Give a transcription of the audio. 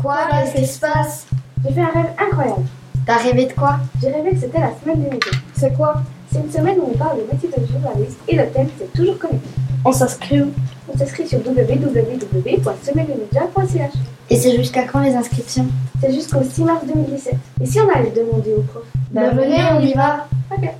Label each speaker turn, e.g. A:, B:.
A: Quoi Qu'est-ce qui se passe
B: J'ai fait un rêve incroyable.
A: T'as rêvé de quoi
B: J'ai rêvé que c'était la semaine des métiers.
A: C'est quoi
B: C'est une semaine où on parle de métiers de journaliste et le thème c'est toujours connecté.
C: On s'inscrit où
B: On s'inscrit sur www.semainedemedia.ch.
A: Et c'est jusqu'à quand les inscriptions
B: C'est jusqu'au 6 mars 2017. Et si Bah, on allait demander au prof
A: Ben venez, on y va
B: Ok.